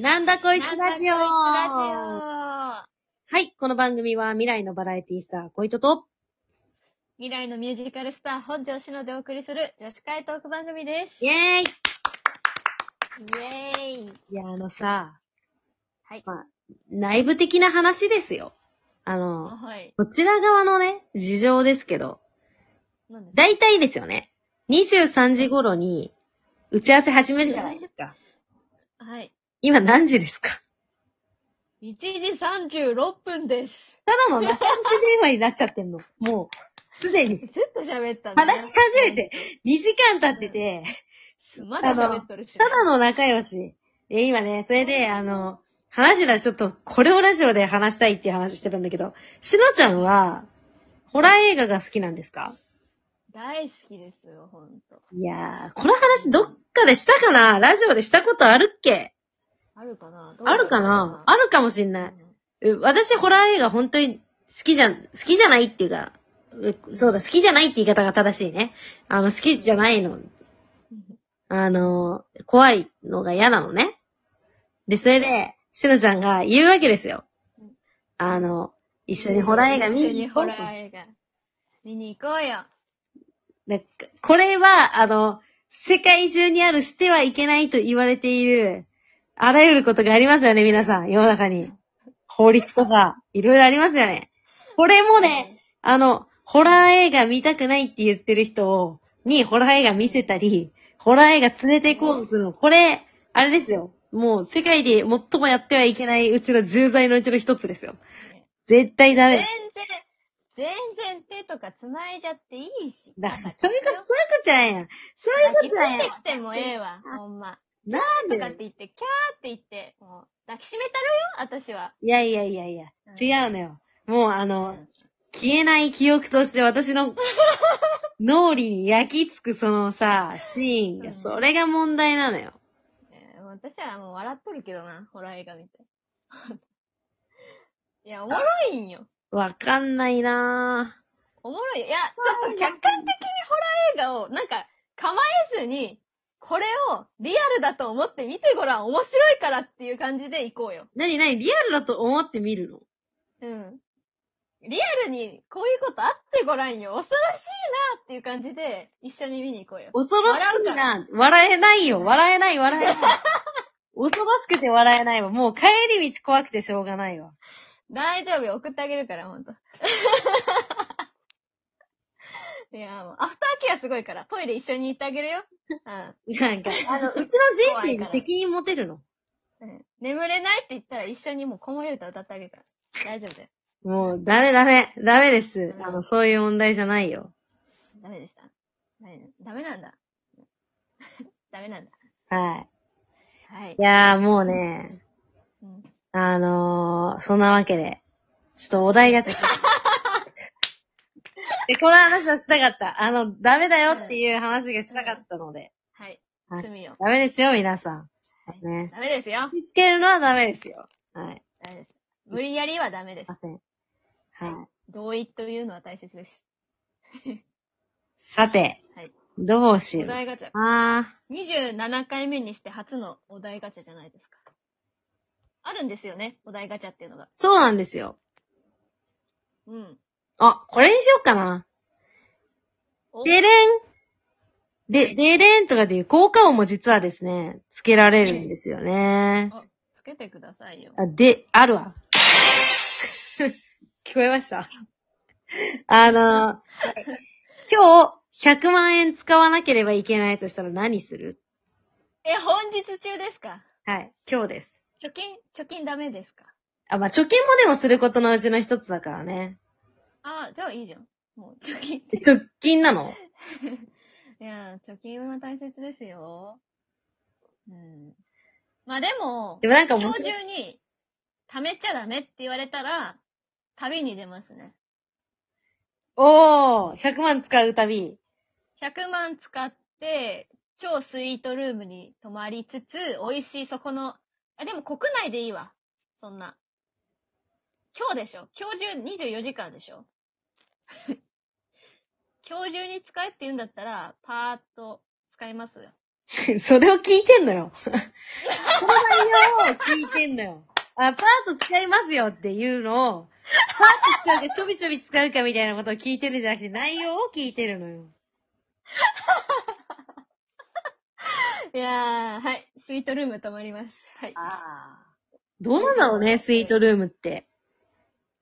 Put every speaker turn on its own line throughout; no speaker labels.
なんだこいつラジオは
ラジ
い、この番組は未来のバラエティスター、こいとと、
オ未来のミュージカルスター、本庄しのでお送りする女子会トーク番組です。
イェーイ
イェーイ。
いや、あのさ、
はい
まあ、内部的な話ですよ。あの、
はい。
こちら側のね、事情ですけど、
何ですか
大体ですよね。23時頃に、打ち合わせ始めるじゃないですか。
はい。
今何時ですか
1時36分です。
ただの中西電話になっちゃってんの。もう、すでに。
ずっと喋ったね
話し始め。て、2時間経ってて、
まだ喋っとるし。
ただの仲良し。え、今ね、それで、あの、話したらちょっと、これをラジオで話したいっていう話してたんだけど、しのちゃんは、ホラー映画が好きなんですか
大好きですよ、ほんと。
いやー、この話どっかでしたかなラジオでしたことあるっけ
あるかな
あるかなあ
る
るかもしんない。う私、ホラー映画本当に好きじゃ、好きじゃないっていうか、うそうだ、好きじゃないって言い方が正しいね。あの、好きじゃないの。あの、怖いのが嫌なのね。で、それで、しのちゃんが言うわけですよ
うん。
あの、一緒にホラー映画見
一緒に
に行こ
ホ
う
ラ
と。
ー映画。見に行こうよ。
でこれは、あの、世界中にあるしてはいけないと言われている、あらゆることがありますよね、皆さん。世の中に。法律とか、いろいろありますよね。これもね、あの、ホラー映画見たくないって言ってる人を、にホラー映画見せたり、ホラー映画連れて行こうとするの。これ、あれですよ。もう世界で最もやってはいけないうちの重罪のうちの一つですよ。絶対ダメ
全
で
然
す。、
全然手とか繋いじゃっていいし。
だから、そういうこと、そういうことじゃないやん。そういう
抱
こ
き
と
つ
じゃない
い
や
てきてもええわ、ほんま。
ん。
とか
な
っ
んで
て言って、キャーって言って、もう、抱きしめたるよ、私は。
いやいやいやいや。違うのよ。もうあ
う
の、
ん。
消えない記憶として私の脳裏に焼き付くそのさ、シーン
う
が、
ん
それが問題なのよ。
えーもう私はもう笑っとるけどな、ホラー映画みたい。 いや、おもろいんよ。
わかんないなぁ。
おもろい。いや、ちょっと客観的にホラー映画を、なんか、構えずに、これをリアルだと思って見てごらん、面白いからっていう感じで行こうよ。
なになにリアルだと思って見るの
うん。リアルにこういうことあってごらんよ。恐ろしいなっていう感じで一緒に見に行こうよ。
恐ろしいな。笑えないよ。笑えない、笑えない。恐ろしくて笑えないわ。もう帰り道怖くてしょうがないわ。
大丈夫よ。送ってあげるから、ほんと。 いや、もう、アフターケアすごいから、トイレ一緒に行ってあげるよ。う
なんか、あの、うちの人生に責任持てるの。
ん。うん、眠れないって言ったら一緒にもう子守歌歌ってあげるから。大丈夫だよ。
もう、ダメダメ。ダメです。あの、そういう問題じゃないよ。
ダメでした。ダメダメなんだ。 ダメなんだ。
は
はい
い。い。やー、もうね、
うん、
あのー、そんなわけで、ちょっとお題がちょっ と。で、この話はしたかった。あの、ダメだよっていう話がしたかったので。
はい
はい。
罪を。
ダメですよ、皆さ
はい
ん。ね。
ダメですよ。
押し付けるのはダメですよ。はい。
ダメです。無理やりはダメです
ま。せん。はい。
同意というのは大切です。
さて、
はい
どうし
お
よう。
題ガチャ。
あ
27回目にして初のお題ガチャじゃないですか。あるんですよね、お題ガチャっていうのが。
そうなんですよ。
うん。
あ、これにしようかな。
お
でれん。で、でれんとかでいう効果音も実はですね、つけられるんですよね。
あ、つけてくださいよ。
あ、で、あるわ。 聞こえましたあのー、今日、100万円使わなければいけないとしたら何する
え、本日中ですか
はい、今日です。
貯金、貯金ダメですか
あ、まあ、貯金もでもすることのうちの一つだからね。
あ、じゃあいいじゃん。もう、貯金。い
え直近なの
やー、貯金は大切ですよ。うん。まあでも、
でもなんか
今
面
日
白い。
中に、貯めちゃダメって言われたら、旅に出ますね。
おー、100万使う旅。
100万使って、超スイートルームに泊まりつつ、美味しいそこの、あ、でも国内でいいわ。そんな。今日でしょ今日中24時間でしょ 今日中に使えって言うんだったら、パーッと使いますよ。
それを聞いてんの よ。この内容を聞いてんのよ。あ、パート使いますよっていうのを、パート使うかちょびちょび使うかみたいなことを聞いてるんじゃなくて、内容を聞いてるのよ。
いやー、はい。スイートルーム泊まります。はい。
ああ。どうなんだろうね、スイートルームって。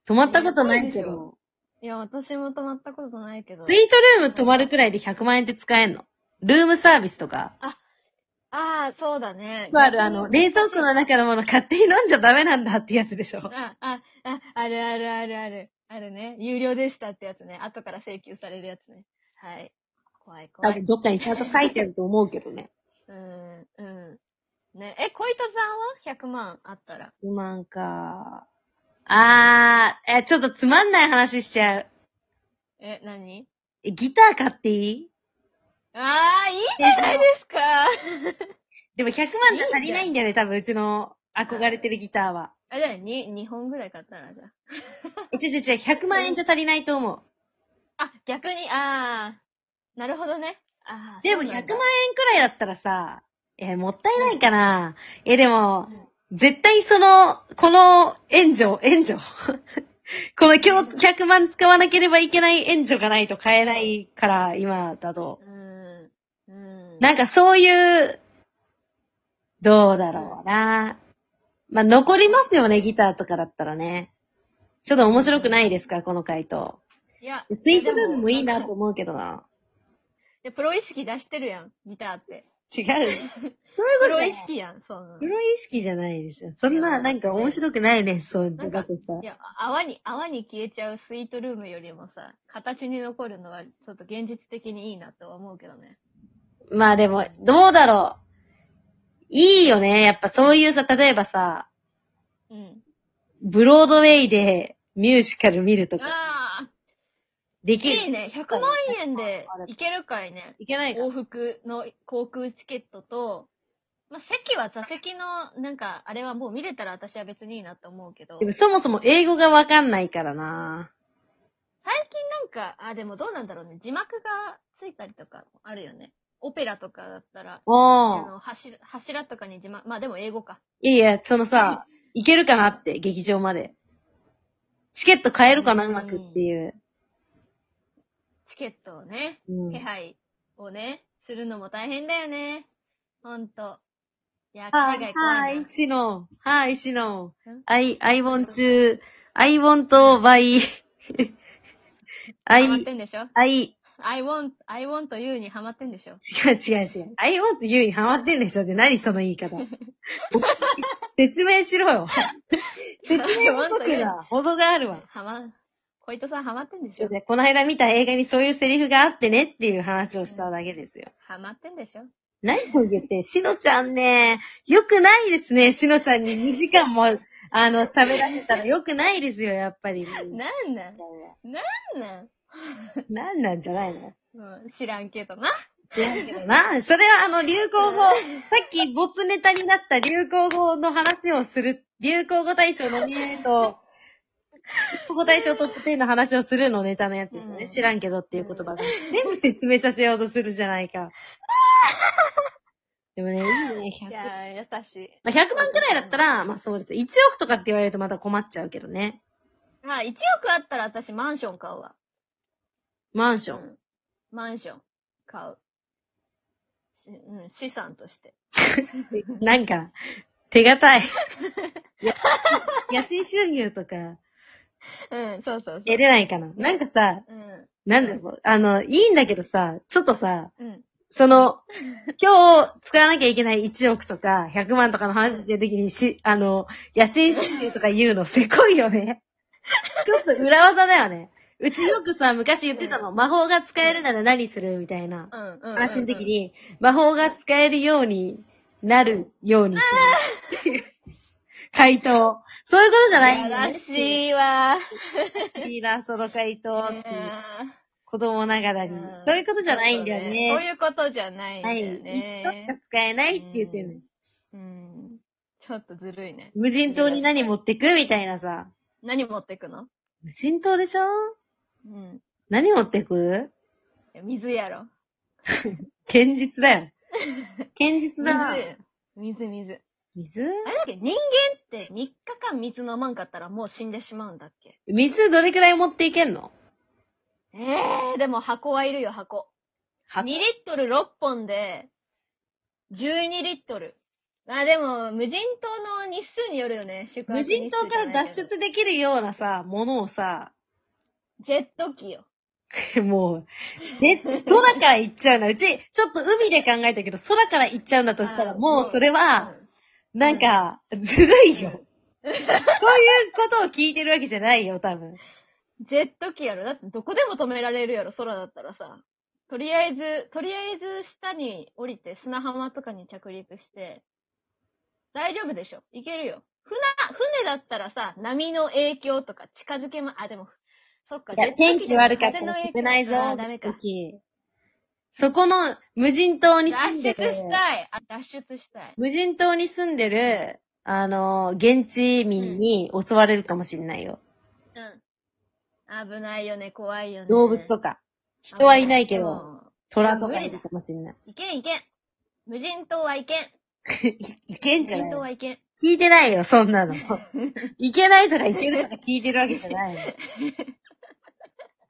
泊まったことないけ
いや
ど。
いや、私も泊まったことないけど。
スイートルーム泊まるくらいで100万円って使えんの。ルームサービスとか。
ああ、そうだね。
よくある、あの、冷蔵庫の中のもの勝手に飲んじゃダメなんだってやつでしょ。
あ、あ、あ、あるあるあるある。あるね。有料でしたってやつね。後から請求されるやつね。はい。怖い怖
多
い
分。どっかにちゃんと書いてると思うけどね。
うん、うん。ね、え、小糸さんは ?100 万あったら。
100万か。あー、え、ちょっとつまんない話しちゃう。
え、何
えギター買っていい
ああ、いいじゃないですか
でも100万じゃ足りないんだよね、多分うちの憧れてるギターは。
あ、じゃあ、に、2本ぐらい買ったら、じゃ
え、違う違う違う、100万円じゃ足りないと思う。
あ。あ、逆に、ああ、なるほどね。ああ。
でも
そう
100
な
万円
ん
く
だ
らいだったらさ、え、もったいないかな。え、でも、絶対その、この援助、援助 この今日100万使わなければいけない援助がないと買えないから、今だと。
うん。うん。
なんかそういう、どうだろうな。まあ、残りますよね、ギターとかだったらね。ちょっと面白くないですか、この回答。
いや、
スイートルームもいい
で
なと思うけどな。
いや、プロ意識出してるやん、ギターって。
違う。そういうこ
プ
と
ロ
じゃな
意
い。
識やん、そうなの
プ。ロ意識じゃないですよ。そんな、なんか面白くないね、そう
なん
だ
か
としたら
い。や、泡に、泡に消えちゃうスイートルームよりもさ、形に残るのは、ちょっと現実的にいいなとは思うけどね。
まあでも、どうだろう。いいよね。やっぱそういうさ、例えばさ、
うん。
ブロードウェイでミュージカル見るとか、
ああ
できる。
いいね !100 万円で行けるかいね。
いけないか
往。復の航空チケットと、まあ、席は座席の、なんか、あれはもう見れたら私は別にいいなと思うけど
で、もそもそも英語がわかんないからな。
最近なんか、あ、でもどうなんだろうね。字幕がついたりとかあるよね。オペラとかだったら、あ
おー。
の、柱、柱とかに字幕、まあでも英語か。
いやいや、そのさ、いけるかなって、劇場まで。チケット買えるかな、
う
うんまくっていう。
チケットをね、
うん
手。配をね、するのも大変だよね。ほんと。いや、
は
海
い、
外怖
はい、。
ない
シノー。はい、シノー
ん。
I, I want to, I want to buy,
ハマっ
I,
てんでしょ
I,
?I want, I want you にハマってんでしょ
違う違う違う。I want you にハマってんでしょって何その言い 方。説明しろよ。説明不足だ。ほどがあるわ。
ハマ、小糸さんハマってんでし
ちょ
ょ
っとねこの間見た映画にそういうセリフがあってねっていう話をしただけですよ。
ハマってんでしょ
何を言って、しのちゃんね、よくないですね。しのちゃんに2時間も、あの、喋られたらよくないですよ、やっぱり。
なんなんなんなん
なんなんじゃないの
うん知らんけどな。
違うけどな。それはあの、流行語、さっき没ネタになった流行語の話をする、流行語大賞のミネート、流行語大賞トップ10の話をするのネタのやつですよね。
うん
知らんけどっていう言葉が。全部説明させようとするじゃないか。でもね、いいね、
い
100。
やー、優しい。
まあ、100万くらいだったら、まあそうですよ。1億とかって言われるとまた困っちゃうけどね。
あ、1億あったら私マンション買うわ。
マンショ
う
ン。
んマンション買う。しうん、資産として。
なんか、手堅い。 家賃収入とか、
うん、そうそうそう
得。れないかな。なんかさ、
うん、
なんだろう、あの、いいんだけどさ、ちょっとさ、
うん、
その、今日使わなきゃいけない1億とか100万とかの話してるときにし、あの、家賃収入とか言うのせこいよね。ちょっと裏技だよね。うちよくさ、昔言ってたの、魔法が使えるなら何するみたいな
うん、うん。
話の時
うん。
に、魔法が使えるようになるようにする回答。そういうことじゃないんだ
優しいわ。
いいな、その回答っていう
ね
子供ながらに
うん。
そういうことじゃないんだよ
そうそう
ね。
いうことじゃないん
は
だ
い。
よ
一度しか
ね。
使えないって言ってるの。
うん。ちょっとずるいね。
無人島に何持ってくみたいなさ。
何持ってくの
無人島でしょ
うん。
何持ってく
いや水やろ。
堅実だよ。堅実だ。
水、水、水。
水
あれだっけ人間って3日間水飲まんかったらもう死んでしまうんだっけ
水どれくらい持っていけんの
ええー、でも箱はいるよ、箱。2
箱
リットル6本で、12リットル。まあでも、無人島の日数によるよね、宿泊
無
日数じゃ
人島から
ないけど
脱出できるようなさ、ものをさ、
ジェット機よ。
もう、で、空から行っちゃうな。うち、ちょっと海で考えたけど、空から行っちゃうんだとしたら、
あ
もうそれは、なんか、ずるいよ。そういうことを聞いてるわけじゃないよ、多分。
うんジェット機やろ。だってどこでも止められるやろ、空だったらさ。とりあえず、とりあえず下に降りて砂浜とかに着陸して、大丈夫でしょ。いけるよ。船、船だったらさ、波の影響とか近づけま、あ、でも、そっか。
いや、天気悪かった
風の
ら
影響
飛べないぞ
あーダメ、か。
時。そこの無人島に住
脱
ん
出
で
し
る、
たい。あ、脱出したい。
無人島に住んでる、あの、現地民に襲われるかもしれないよ。
うん。危ないよね、怖いよね。
動物とか。人はいないけど、虎と
い
か
や無
い
理
る
だ
かもしれない。
うん。いけんいけん。無人島はいけん。
いけん
無
じゃな
人
い
島はいけん。
聞いてないよ、そん なの。いけないとかいけるとか聞いてるわけじゃない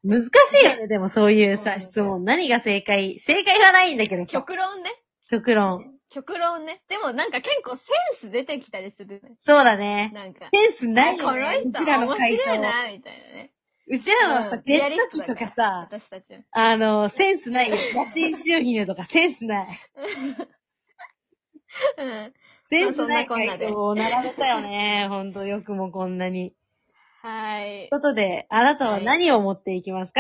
の。難しいよね、でもそういう
う
さ、
ん
質問。何が正解正解はないんだけど、
極論ね。
極論。
極論ね。でもなんか結構センス出てきたりするね。
そうだね。
なんか。
センスないよ、
この
ね。
人
うちらの
面
回
白い
答。
な、みたいなね。
うちらのは
う
さ、
ん
ジェット機とかさ、
私たち。
あの、センスないよ。家賃収入とかセンスない。
うん。
センスない
まあそんなこん
回
なで
答を並べたよね。ほんと、よくもこんなに。
はい
という。ことで、あなたは何を持っていきますか